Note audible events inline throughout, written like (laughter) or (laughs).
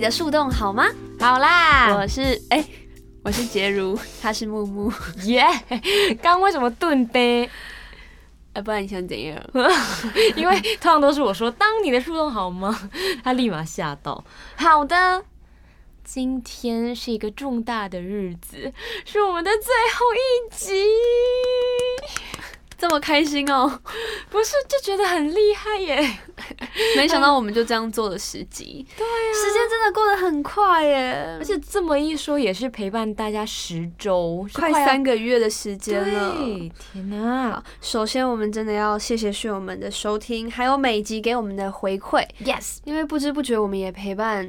的树洞好吗？好啦，我是哎、我是杰如，他是木 (laughs) 木。 (laughs) 耶！刚为什么顿呆？哎、不然你想怎样？因为通常都是我说“当你的树洞好吗”， (laughs) 他立马吓到。好的，今天是一个重大的日子，是我们的最后一集。这么开心 (laughs) 哦！不是就觉得很厉害耶？没想到我们就这样做了十集。对啊，时间真的过得很快耶，而且这么一说，也是陪伴大家十周，是快要三个月的时间了。对，天哪首先，我们真的要谢谢室友们的收听，还有每集给我们的回馈， ！Yes，因为不知不觉我们也陪伴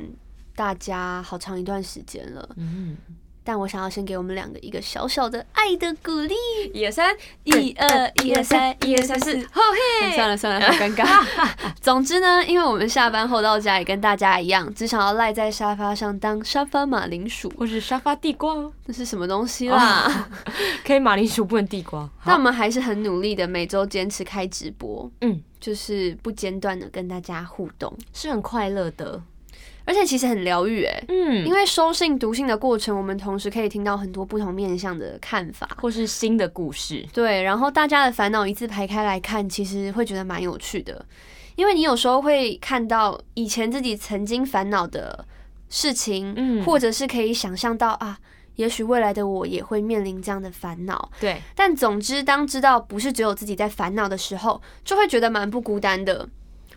大家好长一段时间了。嗯，但我想要先给我们两个一个小小的爱的鼓励。一二呃三，一二一二三一二三四，嗯吼嘿！算了算 (laughs) 了，好尴尬。总之呢，因为我们下班后到家也跟大家一样，只想要赖在沙发上当沙发马铃薯，我是沙发地瓜，那是什么东西啦？可以马铃薯，不能地瓜。 (laughs) 但我们还是很努力的，每周坚持开直播，嗯，就是不间断的跟大家互动，是很快乐的，而且其实很疗愈诶。嗯因为收信读信的过程，我们同时可以听到很多不同面向的看法，或是新的故事，对，然后大家的烦恼一字排开来看，其实会觉得蛮有趣的，因为你有时候会看到以前自己曾经烦恼的事情，嗯或者是可以想象到啊，也许未来的我也会面临这样的烦恼。对，但总之，当知道不是只有自己在烦恼的时候，就会觉得蛮不孤单的。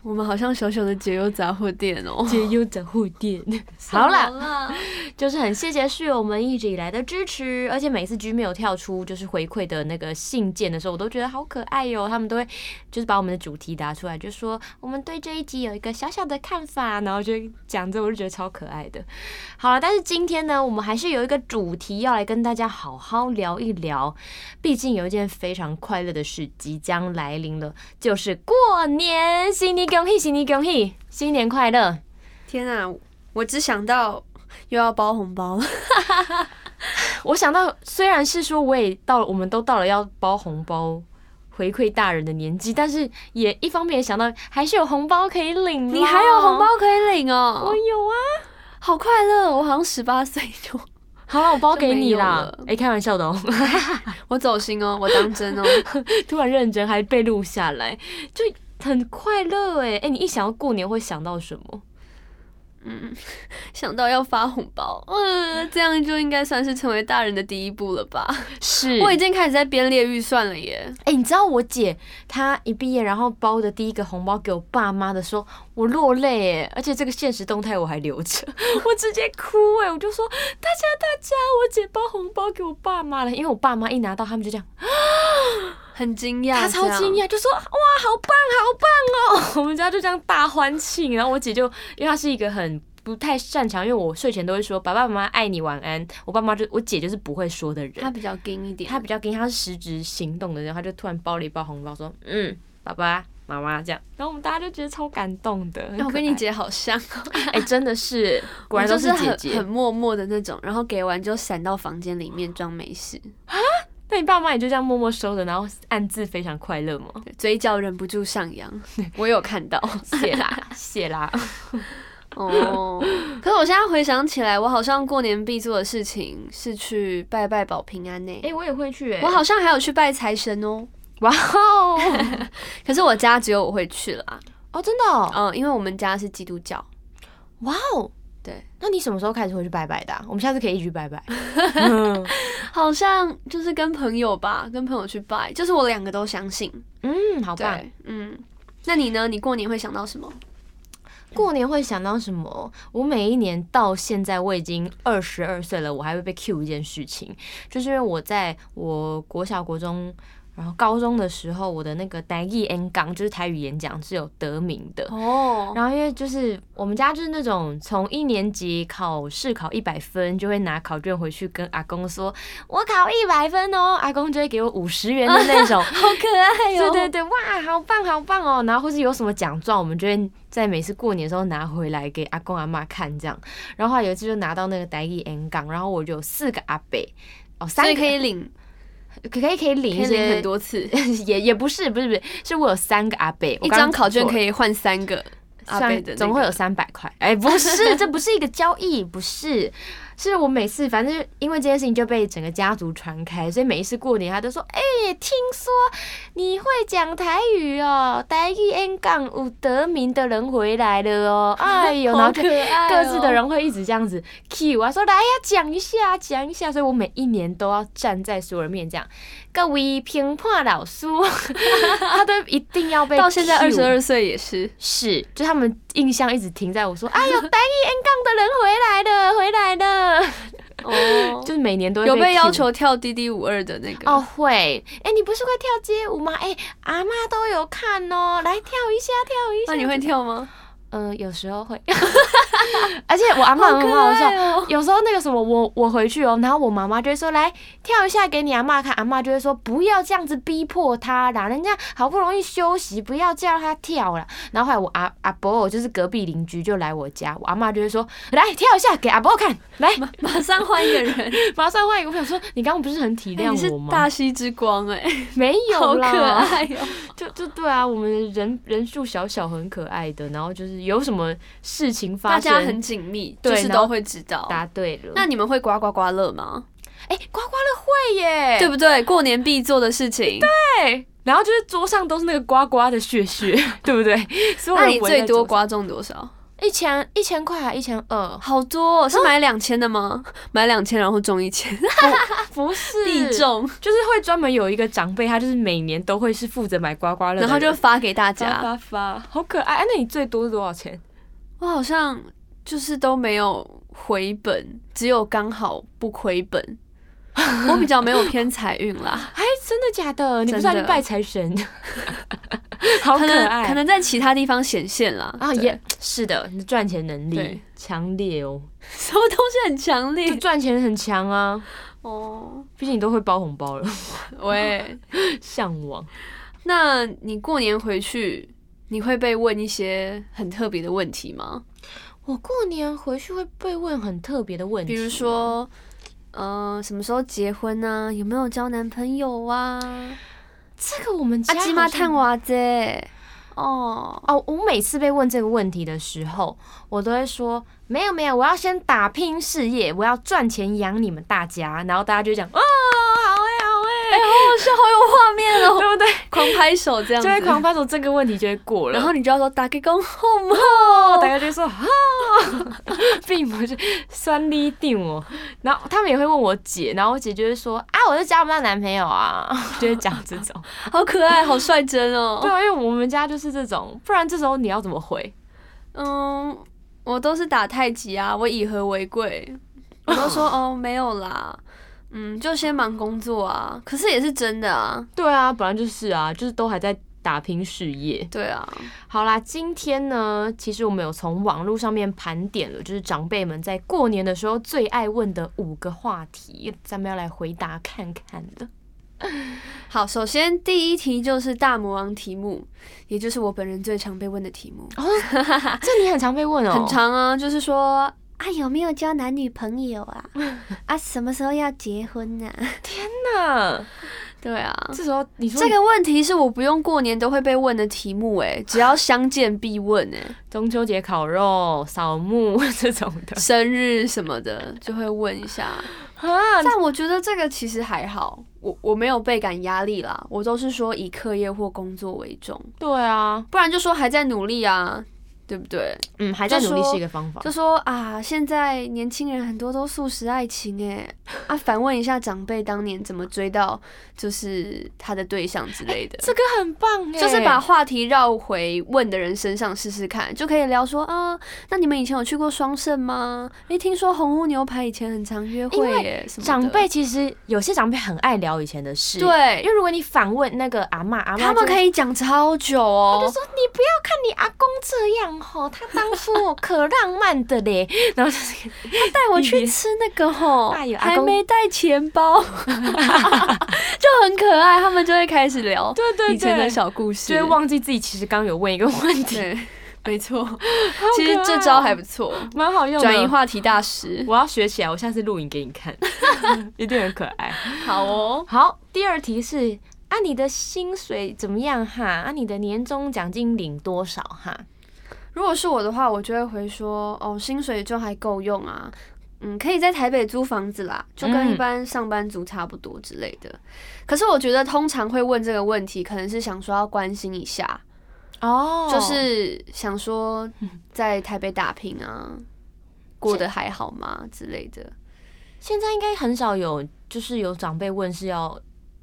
我们好像小小的解忧杂货店哦。解忧杂货店。好啦，啦，就是很谢谢室友们一直以来的支持，而且每次 G 没有跳出就是回馈的那个信件的时候，我都觉得好可爱哟、他们都会就是把我们的主题打出来，就说我们对这一集有一个小小的看法，然后就讲这，我就觉得超可爱的。好了，但是今天呢，我们还是有一个主题要来跟大家好好聊一聊，毕竟有一件非常快乐的事即将来临了，就是过年，新年恭喜，新年恭喜，新年快乐！天啊，我只想到又要包红包了。我想到，虽然是说我也到了，我们都到了要包红包回馈大人的年纪，但是也一方面也想到还是有红包可以领啦。你还有红包？可以领哦，我有啊。好快乐！我好像十八岁就， (laughs) 好了，我包给你就没啦有了。哎、开玩笑的哦， (laughs) 我走心哦，我当真哦。突然认真还被录下来，就很快乐哎。哎、你一想到过年会想到什么？嗯，想到要发红包，呃，这样就应该算是成为大人的第一步了吧？是我已经开始在编列预算了耶。哎、你知道我姐她一毕业，然后包的第一个红包给我爸妈的时候，我落泪哎，而且这个现实动态我还留着， (laughs) 我直接哭哎，我就说大家大家，我姐包红包给我爸妈了，因为我爸妈一拿到，他们就这样，很惊讶，他超惊讶，讶，就说哇，好棒好棒哦，我 (laughs) 们家就这样大欢庆，然后我姐就因为她是一个很。不太擅长，因为我睡前都会说“爸爸妈妈爱你，晚安”。我爸妈就我姐就是不会说的人，他比较硬一点，他比较跟他是实质行动的人，他就突然包了一包红包，说：“嗯，爸爸妈妈这样。”然后我们大家就觉得超感动的。哎我跟你姐好像哦，哎、真的是， (laughs) 果我然就都是姐很姐很。默默的那种，然后给完就闪到房间里面装没事，那你爸妈也就这样默默收着，然后暗自非常快乐吗？嘴角忍不住上扬。我有看 (laughs) 到谢啦，谢啦。哦，可是我现在回想起来，我好像过年必做的事情是去拜拜保平安呢、哎、我也会去、哎，我好像还有去拜财神 (laughs) 哦，哇哦， (laughs) 可是我家只有我会去啦。哦，真的、哦，嗯，因为我们家是基督教，哇哦。对，那你什么时候开始会去拜拜的啊、我们下次可以一起去拜拜。好像就是跟朋友吧，跟朋友去拜，就是我两个都相信。嗯，好棒。对，嗯，那你呢？你过年会想到什么？过年会想到什么？我每一年到现在，我已经二十二岁了，我还会被 cue 一件事情，就是因为我在我国小、国中，然后高中的时候，我的那个台语 N 港就是台语演讲是有得名的。 (laughs) 哦，然后因为就是我们家就是那种从一年级考试考一百分，就会拿考卷回去跟阿公说，我考一百分哦，阿公就会给我五十元的那种。好可爱哦对对对对，对，哇，好棒好棒哦！然后或是有什么奖状，我们就会在每次过年的时候拿回来给阿公阿妈看这样。然后后来有一次就拿到那个台语 N 港，然后我就有四个阿伯，哦，所三个以可以领， (laughs) 可可以可以领可一以些领很， (laughs) 多次，也也不是不是不是，是我有三个阿伯，一张考卷以可以换三个，阿算贝的、那个总会有三百块。哎、不是， (laughs) 这不是一个交易，不是，是我每次反正就因为这件事情就被整个家族传开，所以每一次过年他都说：“哎、听说你会讲台语哦，台语 N 港有得名的人回来了哦。” (laughs) 哎呦，然后好就可爱、各自的。人会一直这样子 cue 啊，说来呀、讲一下，讲一下。所以我每一年都要站在所有人面前讲，各位评判老师， (laughs) 他都一定要被到现在二 cue 十二岁也是，是，就他们印象一直停在我说，哎呦， (laughs) 单一 N 杠的人回来了，回来了， (laughs) 哦， (laughs) 就是每年都会有被被要 cue 求跳滴滴五二的那个哦，会，哎、你不是会跳街舞吗？哎、阿妈都有看哦，来跳一下，跳一下。那你会？跳吗？呃，有时候会， (laughs) 而且我阿妈很好笑，哦！有时候那个什么，我我回去哦，然后我妈妈就会说来跳一下给你阿妈看，阿妈就会说不要这样子逼迫她啦，人家好不容易休息，不要叫她跳啦。然后后来我阿阿伯，哦就是隔壁邻居就来我家，我阿妈就会说来跳一下给阿伯看，来 (laughs) 马上换一个 (laughs) 人，马上换一个。我想说你刚刚不是很体哎你谅是我吗？ (laughs) 大西之光哎，没有好可啦，爱 (laughs) 哦！ (laughs) 就就对啊，我们人人数小小很可爱的，然后就是有什么事情发大生，家很紧密，对就是然后都会知道。答对了。那你们会刮刮刮乐吗？哎、刮刮乐会耶，对不对？过年必做的事情。对，然后就是桌上都是那个刮刮的血血， (laughs) 对不对？所有那人你围在最多桌上刮中多少？，一千一千块啊，一千二好多、哦，是买两千的吗？买两千然后中一千，不是必，中，就是会专门有一个长辈，他就是每年都会是负责买刮刮乐的然人，后就发给大发家。发发，好可爱。哎、那你最多是多少钱？我好像就是都没有回本，只有刚好不亏本。 (laughs) 我比较没有偏财运啦，哎，真的假的？你不是真还的去拜财神？ (laughs) 好可爱，能可能在其他地方显现啦。啊，对也是的，你的赚钱能力对强烈哦，什么东西很强就 (laughs) 烈赚钱很强啊，哦。毕竟你都会包红包了， (laughs) 喂，向往。那你过年回去，你会被问一些很特别的问题吗？我过年回去会被问很特别的问题，比如，说，呃，什么时候结婚啊？有没有交男朋友啊？这个我们阿家基妈好像探娃姐，哦，哦，我每次被问这个问题的时候，我都会说没有没有，我要先打拼事业，我要赚钱养你们大家，然后大家就讲哦，好哎、好哎、好笑，好有画面哦， (laughs) 对不对？狂拍手这样子，就会狂发手，这个问题就会过了， (laughs) 然后你就要说打给公后吗？大家就会说 (laughs) 哦，并不是酸梨定哦，然后他们也会问我姐，然后我姐就会说啊，我就交不到男朋友啊， (laughs) 就会讲这种。 (laughs) 好可爱，好率真对哦。啊，因为我们家就是这种，不然这时候你要怎么回？嗯，我都是打太极啊，我以和为贵，我都说哦没有啦，嗯，就先忙工作啊。可是也是真的啊，对啊，本来就是啊，就是都还在打拼事业。对啊，好啦，今天呢，其实我们有从网络上面盘点了，就是长辈们在过年的时候最爱问的五个话题，咱们要来回答看看的。好，首先第一题就是大魔王题目，也就是我本人最常被问的题目， (laughs) 这你很常被问哦，很。长啊，就是说啊有没有交男女朋友啊？ (laughs) 啊什么时候要结婚呢、啊？那对啊，这时候你说这个问题是我不用过年都会被问的题目、诶，只要相见必问、欸诶，中秋节烤肉、扫墓 (laughs) 这种的生日什么的就会问一下。啊，但我觉得这个其实还好，我我没有倍感压力啦，我都是说以课业或工作为重，对啊，不然就说还在努力啊，对不对？嗯，还在就努力说是一个方法就。说啊，现在年轻人很多都素食爱情哎，啊，反问一下长辈当年怎么追到就是他的对象之类的，这个很棒哎，就是把话题绕回问的人身上试试看，就可以聊说啊，那你们以前有去过双盛吗？诶，听说红屋牛排以前很常约会耶，什么的长辈其实有些长辈很爱聊以前的事，，因对，为如果你反问那个阿嬷，阿嬷他们就可以讲超久哦，就说你不要看你阿公这样吼，他当初哦可浪漫的嘞，然后就是带我去吃那个吼，哎呦阿还公没带钱包， (laughs) 就很可爱。他们就会开始聊对对以前的对小故事，就会忘记自己其实刚有问一个问题，对，没错。好 (laughs) 其实可爱这哦招还不错，蛮好用的，转移话题大师。我要学起来，我下次录影给你看，一定很可爱。好哦，好，第二题是啊，你的薪水怎么样哈？啊，你的年终奖金领多少哈？如果是我的话，我就会回说，哦，薪水就还够用啊，嗯，可以在台北租房子啦，就跟一嗯般上班族差不多之类的。可是我觉得通常会问这个问题，可能是想说要关心一下，哦就是想说在台北打拼啊，过得还好吗之类的。现在应该很少有，就是有长辈问是要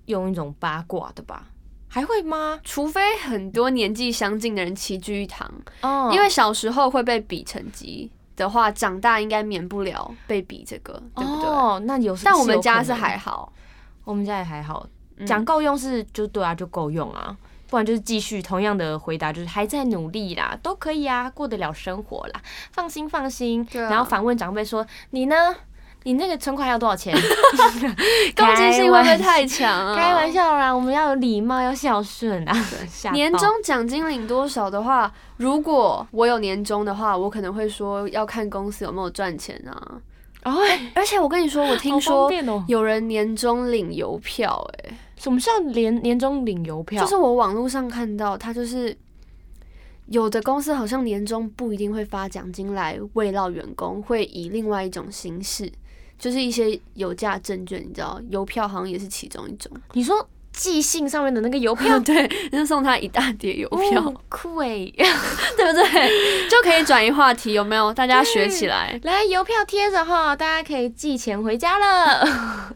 用一种八卦的吧？还会吗？除非很多年纪相近的人齐聚一堂，哦因为小时候会被比成绩的话，长大应该免不了被比这个，对不对？哦，那有，但我们家是是有可能还，好，我们家也还好，嗯讲够用是就对啊，就够用啊。不然就是继续同样的回答，就是还在努力啦，都可以啊，过得了生活啦，放心放心。对啊然后反问长辈说：“你呢？你那个存款要多少钱？” (laughs) 攻击性会不会开玩太强啊？ (laughs) 开玩笑啦，我们要有礼貌，要孝顺啊。 (laughs) 吓年爆终奖金领多少的话，如果我有年终的话，我可能会说要看公司有没有赚钱啊。哦，而且我跟你说，我听好方说便哦有人年终领邮票、欸，什么叫年年终领邮票？就是我网络上看到，他就是有的公司好像年终不一定会发奖金来慰劳员工，会以另外一种形式，就是一些有价证券，你知道，邮票好像也是其中一 (laughs) 种，你说寄信上面的那个邮 (laughs) 票对，就送他一大叠邮票，哦酷哎！对不对？就可以转移话题，有没有？大家学起来来，邮票贴着哈，大家可以寄钱回家了，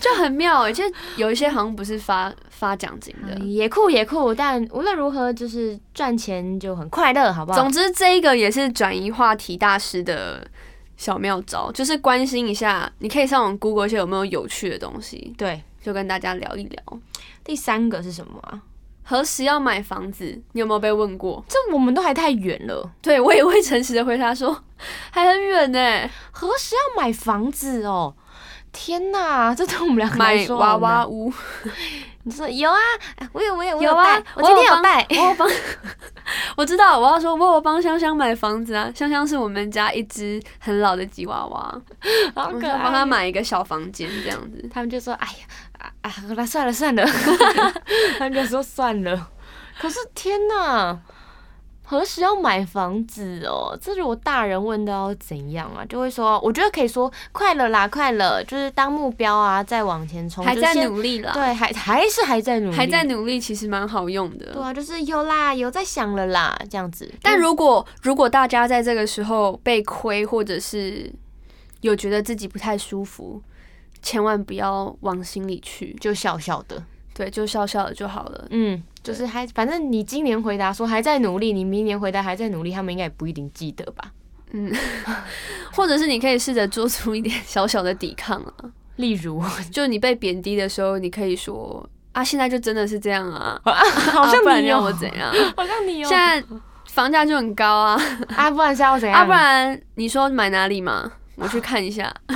就很妙、欸。其实有一些好像不是发发奖金的。 (laughs) 也酷也酷。但无论如何，就是赚钱就很快乐，好不好总？之，这一个也是转移话题大师的小妙招，就是关心一下。你可以上网 Google 一些有没有有趣的东西，对，就跟大家聊一聊。第三个是什么啊？何时要买房子？你有没有被问过？这我们都还太远了，对我也会诚实的回答说， (laughs) 还很远呢、何时要买房子哦？天哪，这对我们两个来买说娃好难娃屋你说有啊，我有我有我有带啊，我今天有带我有帮，我知道，我要说，我有帮香香买房子啊。香香是我们家一只很老的吉娃娃，好我可想爱。帮她买一个小房间这样子。他们就说：“哎呀，啊啊，那算 (laughs) 了算了。”他们就说算了。可是天哪，何时要买房子哦？这如果大人问到要怎样啊，就会说，我觉得可以说快了啦，快了，就是当目标啊，再往前冲，还就在先努力啦，对，还还是还在努力，还在努力，其实蛮好用对的。啊，就是有啦，有在想了啦，这样子。但如果如果大家在这个时候被亏，或者是有觉得自己不太舒服，千万不要往心里去，就小小的，对，就笑笑的就好了。嗯，就是还反正你今年回答说还在努力，你明年回答还在努力，他们应该也不一定记得吧？嗯，或者是你可以试着做出一点小小的抵抗啊。例如，就你被贬低的时候，你可以说啊，现在就真的是这样啊， (laughs) 好哦啊不然你有要我怎样？ (laughs) 好像你有现在房价就很高 (laughs) 啊，啊，不然是要怎样？啊，不然你说买哪里嘛？我去看一下， (laughs)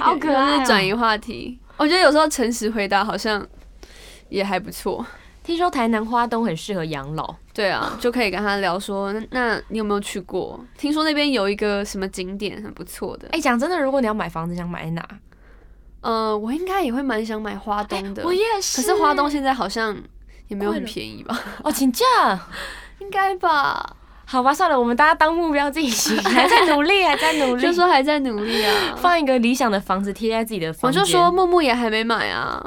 好 (laughs) 可就爱、哦是转移。话题。我觉得有时候诚实回答好像也还不错。听说台南花东很适合养老，对啊，就可以跟他聊说，那那你有没有去过？听说那边有一个什么景点很不错的。哎、讲真的，如果你要买房子，想买在哪？嗯、我应该也会蛮想买花东的，哎也可是是花东现在好像也没有很贵了便宜吧？哦，请假。应该吧。好吧，算了，我们大家当目标进行，还在努力，还在 (laughs) 努力。。就说还在努力啊放一个理想的房子贴在自己的我房间，就说木木也还没买啊，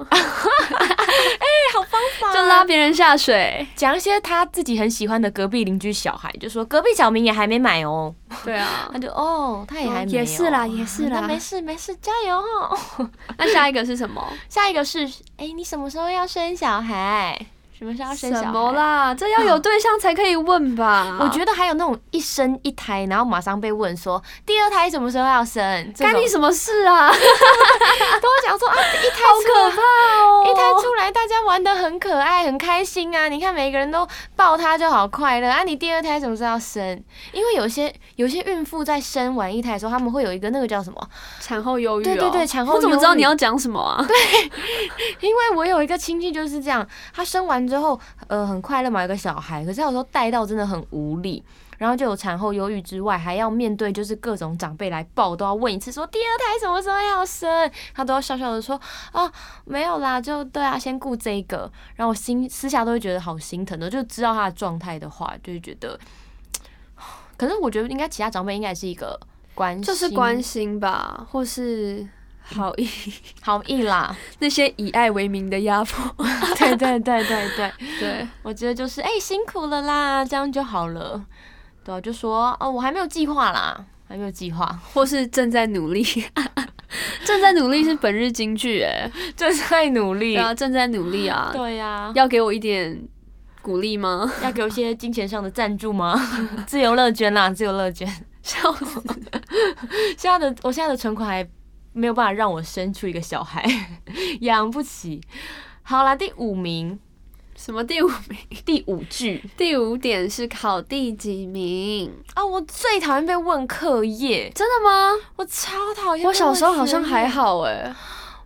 好方法就拉别人下水。讲一些他自己很喜欢的隔壁邻居小孩，就说隔壁小明也还没买哦，对啊他，就哦，他也还没、哦也是啦，，也是啦那。没事没事，加油 (laughs) 哦。那下一个是什么？下一个是，哎、你什么时候要生小孩？什么时候要生小孩？什么啦？这要有对象才可以问吧？我觉得还有那种一生一胎，然后马上被问说第二胎什么时候要生，这干种你什么事啊？好都会想说啊，一胎可出来。怕哦！一胎出来，大家玩的很可爱，很开心啊！你看每个人都抱他就好快乐啊！你第二胎什么时候要生？因为有些有些孕妇在生完一胎的时候，他们会有一个那个叫什么？产后忧郁哦。对对对产后我怎么知道忧郁你要讲什么啊？因为我有一个亲戚就是这样，她生完之后，呃，很快乐嘛，有个小孩，可是她有时候带到真的很无力，然后就有产后忧郁之外，还要面对就是各种长辈来抱，都要问一次说第二胎什么时候要生，他都要笑笑的说哦没有啦，就对啊，先顾这个。然后我心私下都会觉得好心疼的，就知道他的状态的话，就会觉得。可是我觉得应该其他长辈应该也是一个关心，就是关心吧，或是好意， (laughs) 好意啦。那些以爱为名的压迫， (laughs) 对对对对对，对，我觉得就是哎、辛苦了啦，这样就好了。对啊，就说哦我还没有计划啦，还没有计划，或是正在努力， (laughs) 正在努力是本日金句哎，正在努力对啊，正在努力啊，(laughs) 对呀、要给我一点鼓励吗？要给我一些金钱上的赞助吗？自由乐捐啦，自由乐捐。笑死，现在的我现在的存款还没有办法让我生出一个小孩， (laughs) 养不起。好啦，第五名， (laughs) 什么第五名？第五句第五点是考第几名？啊、我最讨厌被问课业，真的吗？我超讨厌。我小时候好像还，好哎，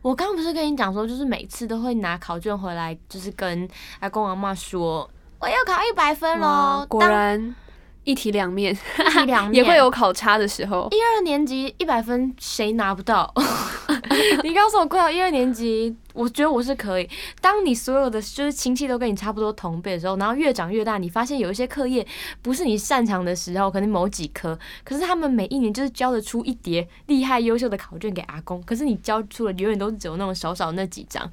我刚刚不是跟你讲说，就是每次都会拿考卷回来，就是跟阿公阿妈说。我要考一百分喽哇！哦果然一体两面，当一体两 (laughs) 面也会有考差的时候。一二年级一百分谁拿不到？ (laughs) 你告诉我，快到一二年级，我觉得我是可以。当你所有的就是亲戚都跟你差不多同辈的时候，然后越长越大，你发现有一些课业不是你擅长的时候，可能某几科，可是他们每一年就是交得出一叠厉害优秀的考卷给阿公，可是你交出了永远都只有那种少少那几张，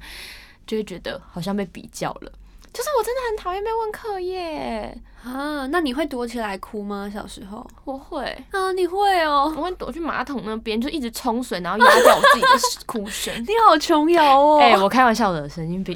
就会觉得好像被比较了。就是我真的很讨厌被问课业，啊，那你会躲起来哭吗？小时候我会。啊，你会哦，我会躲去马桶那边，就一直冲水，然后压掉我自己的 (laughs) 哭声。你好琼瑶哦，哎、我开玩笑的，神经病。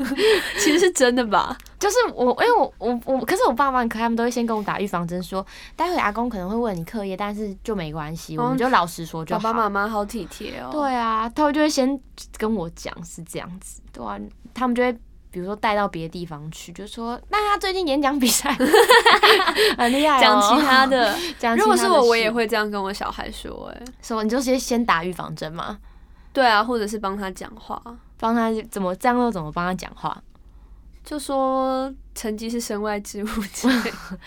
(laughs) 其实是真的吧？ (laughs) 就是我，因为我我我，可是我爸妈很可爱，他们都会先跟我打预防针，说待会阿公可能会问你课业，但是就没关系，我们哦就老实说就爸爸好。妈妈好体贴哦，对啊，他们就会先跟我讲是这样子，对啊，他们就会。比如说带到别的地方去，就说那他最近演讲比 (laughs) 赛很厉害、哦，讲其他的。讲其他的事。如果是我，我也会这样跟我小孩说、哎，什么？你就先先打预防针嘛，对啊，或者是帮他讲话，帮他怎么这样又怎么帮他讲话。就说成绩是身外之物之类 (laughs) 的。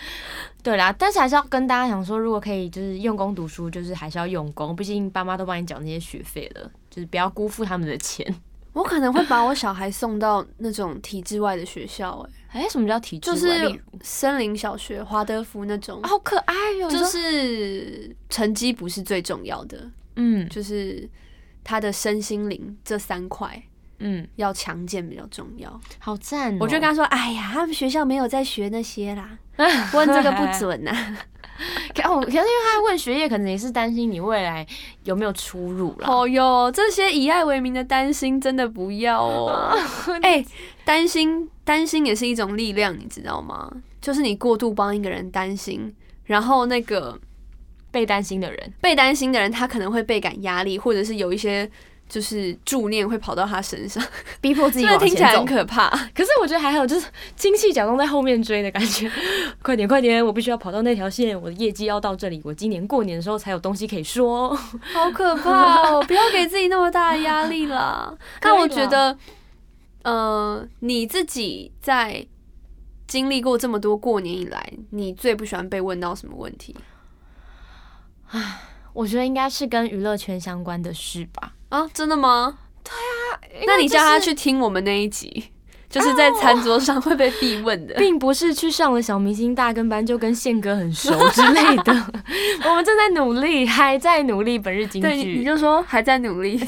对啦，但是还是要跟大家讲说，如果可以，就是用功读书，就是还是要用功，毕竟爸妈都帮你缴那些学费了，就是不要辜负他们的钱。我可能会把我小孩送到那种体制外的学校、哎，哎、什么叫体制就外？是例森林小学、华德福那种如，好可爱哦哟、就就是是成绩不是最重要的，嗯就是他的身心灵这三块嗯，要强健比较重要。好赞、哦我就跟他说：“哎呀，他们学校没有在学那些 (laughs) 啦，问这个不准啊呐、可哦，可是因为他问学业，可能也是担心你未来有没有出入啦。 (laughs) 哦哟，这些以爱为名的担心真的不要 (laughs) 哦。哎、担心担心也是一种力量，你知道吗？就是你过度帮一个人担心，然后那个被担心的人，被担心的人，他可能会倍感压力，或者是有一些就是助念会跑到他身上，逼迫 (laughs) 自 (laughs) 己这个往听前起来很走。可怕。可是我觉得还好，就是亲戚假装在后面追的感觉， (laughs) 快点快点，我必须要跑到那条线，我的业绩要到这里，我今年过年的时候才有东西可以说。哦好可 (laughs) 怕哦！不要给自己那么大的压力啦。那我觉得，呃，你自己在经历过这么多过年以来，你最不喜欢被问到什么问题我觉得应该是跟娱乐圈相关的事 (laughs) 吧。啊？真的吗？啊因为那你就叫他是，啊去听我们那一集，就是在餐桌上 (laughs) 会被必问 (laughs) 的。并不是去上了小明星大跟班就跟宪哥很熟之类 (laughs) 的。我们正在努力，还在努力。本日金对，你你句就说还在努力。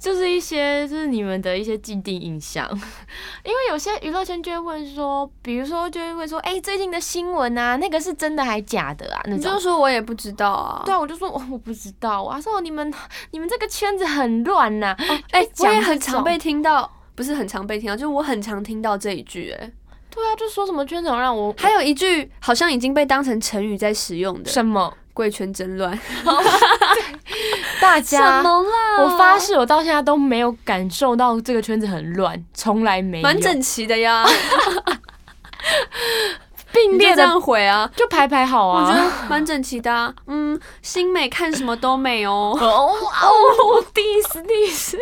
就是一些就是你们的一些既定印象， (laughs) 因为有些娱乐圈就会问说，比如说就会问说，哎、最近的新闻啊，那个是真的还假的啊？那你种就说我也不知道啊。对啊，我就说我我不知道啊，说你们 (laughs) 你们这个圈子很乱呐、哎、我讲也这很常种被听到，不是很常被听到，就是我很常听到这一句、哎，对啊，就说什么圈子很让我还有一句好像已经被当成成语在使用的什么“贵圈争 (laughs) 乱”。大什家。么啦？我发誓，我到现在都没有感受到这个圈子很乱，从来没 (laughs) 有。蛮整齐的 (laughs) 呀，并你就列这的样回啊。就排排好我啊。觉 (laughs) 得蛮整齐的、啊，嗯，新美看什么都美 (laughs) 哦，哦哦，diss diss，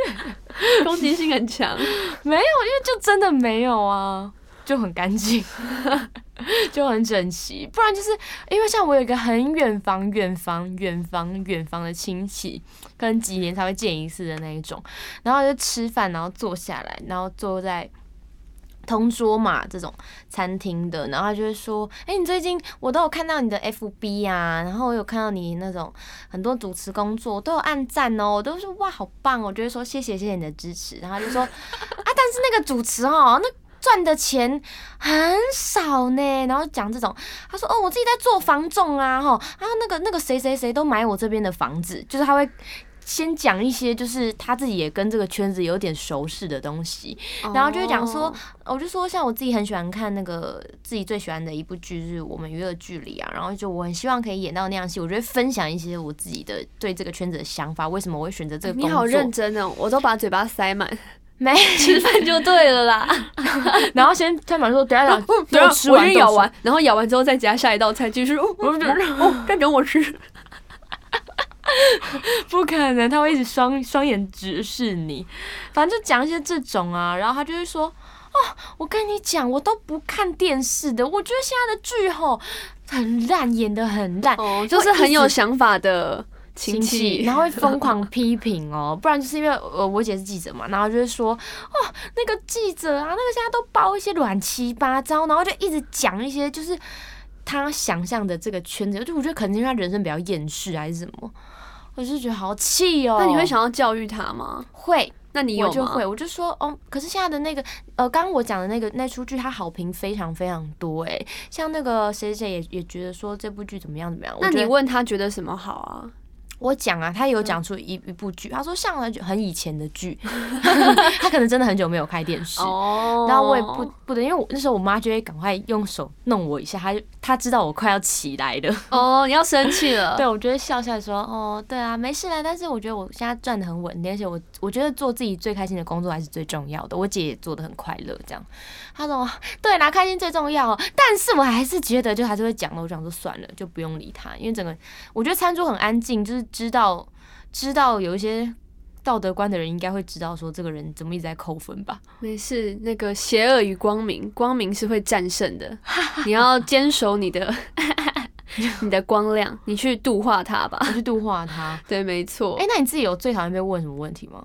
攻击性很强。没有，因为就真的没有啊，就很干净。 (laughs) 就很整齐。不然就是因为像我有一个很远房、远房、远房、远房的亲戚，可能几年才会见一次的那一种，然后就吃饭，然后坐下来，然后坐在。同桌嘛，这种餐厅的，然后他就会说：“哎、你最近我都有看到你的 FB 啊，然后我有看到你那种很多主持工作，我都有按赞哦，我都说哇好棒哦，我就会说谢谢谢谢你的支持，然后他就说啊，但是那个主持哦，那赚的钱很少呢，然后讲这种，他说哦我自己在做房仲啊，吼，啊那个那个谁谁谁都买我这边的房子，就是他会。”先讲一些，就是他自己也跟这个圈子有点熟识的东西， (laughs) 然后就会讲说哦，我就说像我自己很喜欢看那个自己最喜欢的一部剧就是《我们娱乐距离》啊，然后就我很希望可以演到那样戏，我就会分享一些我自己的对这个圈子的想法，为什么我会选择这个工你作。好认真哦，我都把嘴巴塞 (laughs) 满， (laughs) 没吃饭就对了啦。 (laughs) 然后先他马说等一下 (laughs) 等一下，对等啊我吃我完就等咬吃完，然后咬完之后再夹下一道菜，继续。哦我 (laughs) 就哦，再等我吃。不可能，他会一直双双眼直视你。反正就讲一些这种啊，然后他就会说：“哦，我跟你讲，我都不看电视的，我觉得现在的剧吼很烂，演的很烂。”哦，就是很有想法的亲戚，然后会疯 (laughs) 狂批评哦，不然就是因为呃我姐是记者嘛，然后就会说哦那个记者啊，那个现在都包一些乱七八糟，然后就一直讲一些就是他想象的这个圈子，就我觉得可能因为他人生比较厌世还是什么，我就觉得好气哦。那你会想要教育他吗？会那你有我吗？就会，我就说，哦，可是现在的那个，呃，刚刚我讲的那个那出剧，它好评非常非常多，哎，像那个谁谁也也觉得说这部剧怎么样怎么样。我那觉你得问他觉得什么好啊？我讲啊，他有讲出一一部剧，他说像很久很以前的剧， (laughs) 他可能真的很久没有开电视。哦然后我也不不能，因为我那时候我妈就会赶快用手弄我一下，她就她知道我快要起来了，哦，你要生气了。 (laughs) 对我就会笑笑说，哦，对啊，没事啦，但是我觉得我现在赚的很稳定，而且我我觉得做自己最开心的工作还是最重要的。我姐也做的很快乐，这样，她说，对啦，开心最重要，哦但是我还是觉得就还是会讲的，我想说算了，就不用理她，因为整个我觉得餐桌很安静，就是知道知道有一些道德观的人应该会知道说这个人怎么一直在扣分吧。没事，那个邪恶与光明，光明是会战胜 (laughs) 的。你要坚守你的 (laughs) 你的光亮，你去度化它吧。 (laughs) 我去度化他。对，没错。哎、那你自己有最讨厌被问什么问题吗？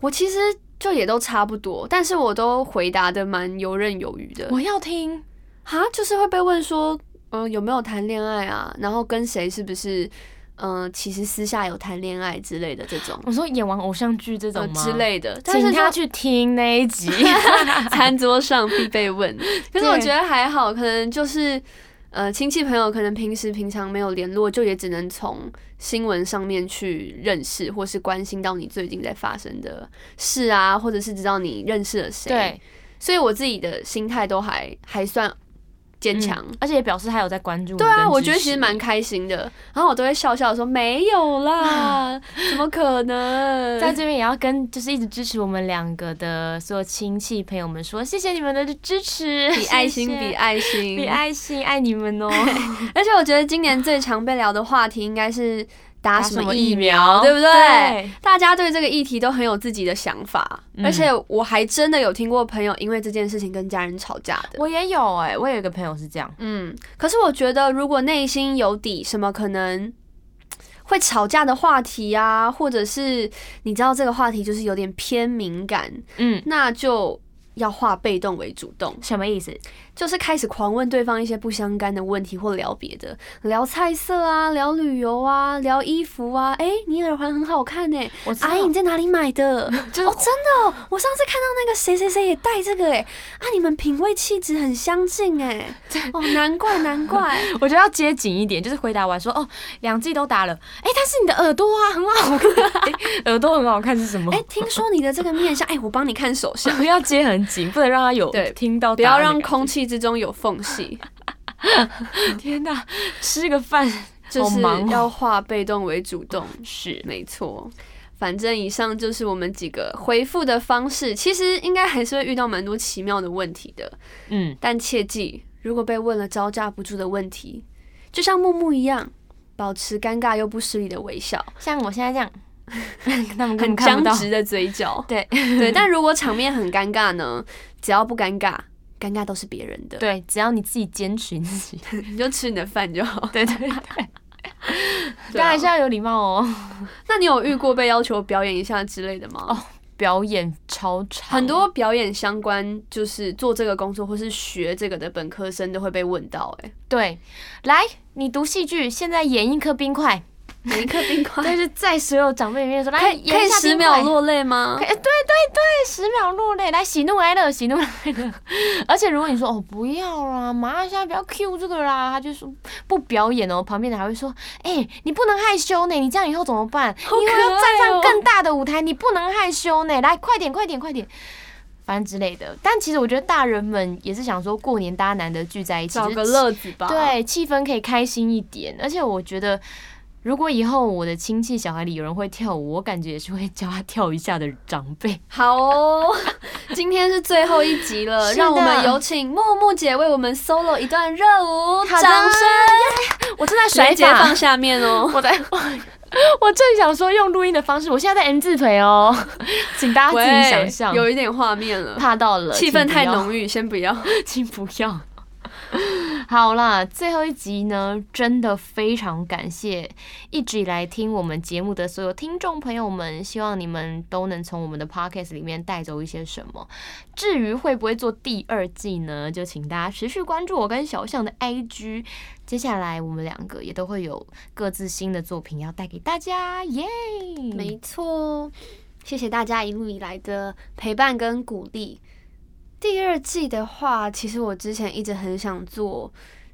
我其实就也都差不多，但是我都回答的蛮游刃有余的。我要听，哈，就是会被问说，嗯、有没有谈恋爱啊？然后跟谁是不是，嗯、其实私下有谈恋爱之类的这种，我说演完偶像剧这呃种吗？之类的。但请是他就去听那 (laughs) 一集。餐桌上必被 (laughs) 问。嗯可啊是我对觉得还好，可能就是呃亲戚朋友，可能平时平常没有联络，就也只能从新闻上面去认识，或是关心到你最近在发生的事啊，或者是知道你认识了谁。，对，所以我自己的心态都还还算坚强。嗯而且也表示他有在关注你对跟支持你。啊，我觉得其实蛮开心的，然后我都会笑笑地说没有 (laughs) 啦，怎么可能？ (laughs) 在这边也要跟就是一直支持我们两个的所有亲戚朋友们说，谢谢你们的支持， (laughs) 比爱心，谢谢比爱心，比爱心，爱你 (laughs) 们哦。而且我觉得今年最常被聊的话题应该是打什么疫苗，打对什么疫苗不对？对大家对这个议题都很有自己的想法，嗯而且我还真的有听过朋友因为这件事情跟家人吵架的。我也有哎、我有一个朋友是这样，嗯，可是我觉得如果内心有底，什么可能会吵架的话题啊，或者是你知道这个话题就是有点偏敏感，嗯，那就要化被动为主动。什么意思？就是开始狂问对方一些不相干的问题，或聊别的，聊菜色啊，聊旅游啊，聊衣服啊。哎、你耳环很好看呢、我知道阿姨你在哪里买的？哎就是哦，真的哦、我上次看到那个谁谁谁也戴这个哎、啊，你们品味气质很相近哎、哦，难怪难怪。我觉得要接紧一点，就是回答完说哦，两季都打了，哎、但是你的耳朵啊 (laughs) 很好看，诶耳朵很好看是什么？哎、听说你的这个面相，哎、我帮你看手相， (laughs) 要接很紧，不能让他有对听到不答要案的让感觉。空气之中有缝隙，天哪，吃个饭就是好忙哦要化被动为主动。 (laughs) 是没错。反正以上就是我们几个回复的方式，其实应该还是会遇到蛮多奇妙的问题的。嗯，但切记，如果被问了招架不住的问题，就像木木一样，保持尴尬又不失礼的微笑，像我现在这样，他们根本很 (laughs) 看不僵到。 (laughs) 直的嘴角。对对，但如果场面很尴尬呢，只要不尴尬，尴尬都是别人的，对，只要你自己坚持你自己，你就吃你的饭就好。对对对，对当啊然是要有礼貌哦。那你有遇过被要求表演一下之类的吗？哦表演超长，很多表演相关，就是做这个工作或是学这个的本科生都会被问到、欸，对。来，你读戏剧，现在演一颗冰块，每一颗冰块 (laughs) 但是在所有长辈里面说，可来以演可一以下十冰秒块落泪吗可以？哎对对对，十秒落泪，来喜怒哀乐，喜怒哀乐。 (laughs) 而且如果你说哦不要啦，马上现在不要 Q 这个啦，他就说不表演哦，旁边的还会说，哎、你不能害羞呢，你这样以后怎么办？好你以后可要站爱哦上更大的舞台，你不能害羞呢，来快点快点快点。反正之类的，但其实我觉得大人们也是想说，过年大家难得聚在一起，找就个是乐子吧。，对，气氛可以开心一点。而且我觉得，如果以后我的亲戚小孩里有人会跳舞，我感觉也是会教他跳一下的长辈。好哦，今天是最后一集 (laughs) 了，是的让我们有请木木姐为我们 solo 一段热舞，好的掌声！我正在甩甩姐发放，下面哦。我在，我我正想说用录音的方式，我现在在 M 字腿哦， (laughs) 请大家自己想象。有一点画面了，怕到了，气请氛不太要，浓郁，先不要。请不要。 (laughs) 好啦，最后一集呢，真的非常感谢一直以来听我们节目的所有听众朋友们，希望你们都能从我们的 podcast 里面带走一些什么。至于会不会做第二季呢，就请大家持续关注我跟小象的 IG。接下来我们两个也都会有各自新的作品要带给大家，耶！没错，谢谢大家一路以来的陪伴跟鼓励。第二季的话，其实我之前一直很想做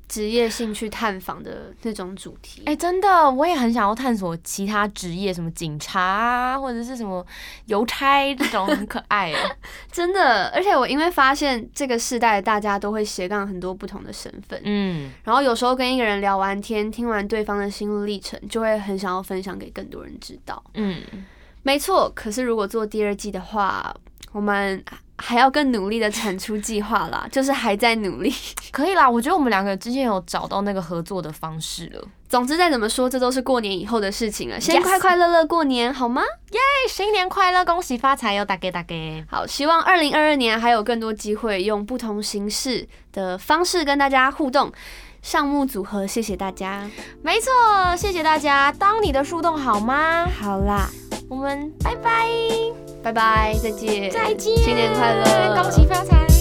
职业兴趣探访的那种主题。哎、真的，我也很想要探索其他职业，什么警察啊，或者是什么邮差这种，很可爱哦。真的，而且我因为发现这个世代大家都会斜杠很多不同的身份，嗯，然后有时候跟一个人聊完天，听完对方的心路历程，就会很想要分享给更多人知道。嗯，没错，可是如果做第二季的话，我们还要更努力的产出计划啦，就是还在努力。可以啦。我觉得我们两个之前有找到那个合作的方式了。总之，再怎么说，这都是过年以后的事情了。先 Yes 快快乐乐过年好吗？哎、新年快乐，恭喜发财哟！大给大给，好，希望二零二二年还有更多机会用不同形式的方式跟大家互动。上木组合，谢谢大家。没错，谢谢大家。当你的树洞好吗？好啦，我们拜拜，拜拜，再见，再见，新年快乐，恭喜发财。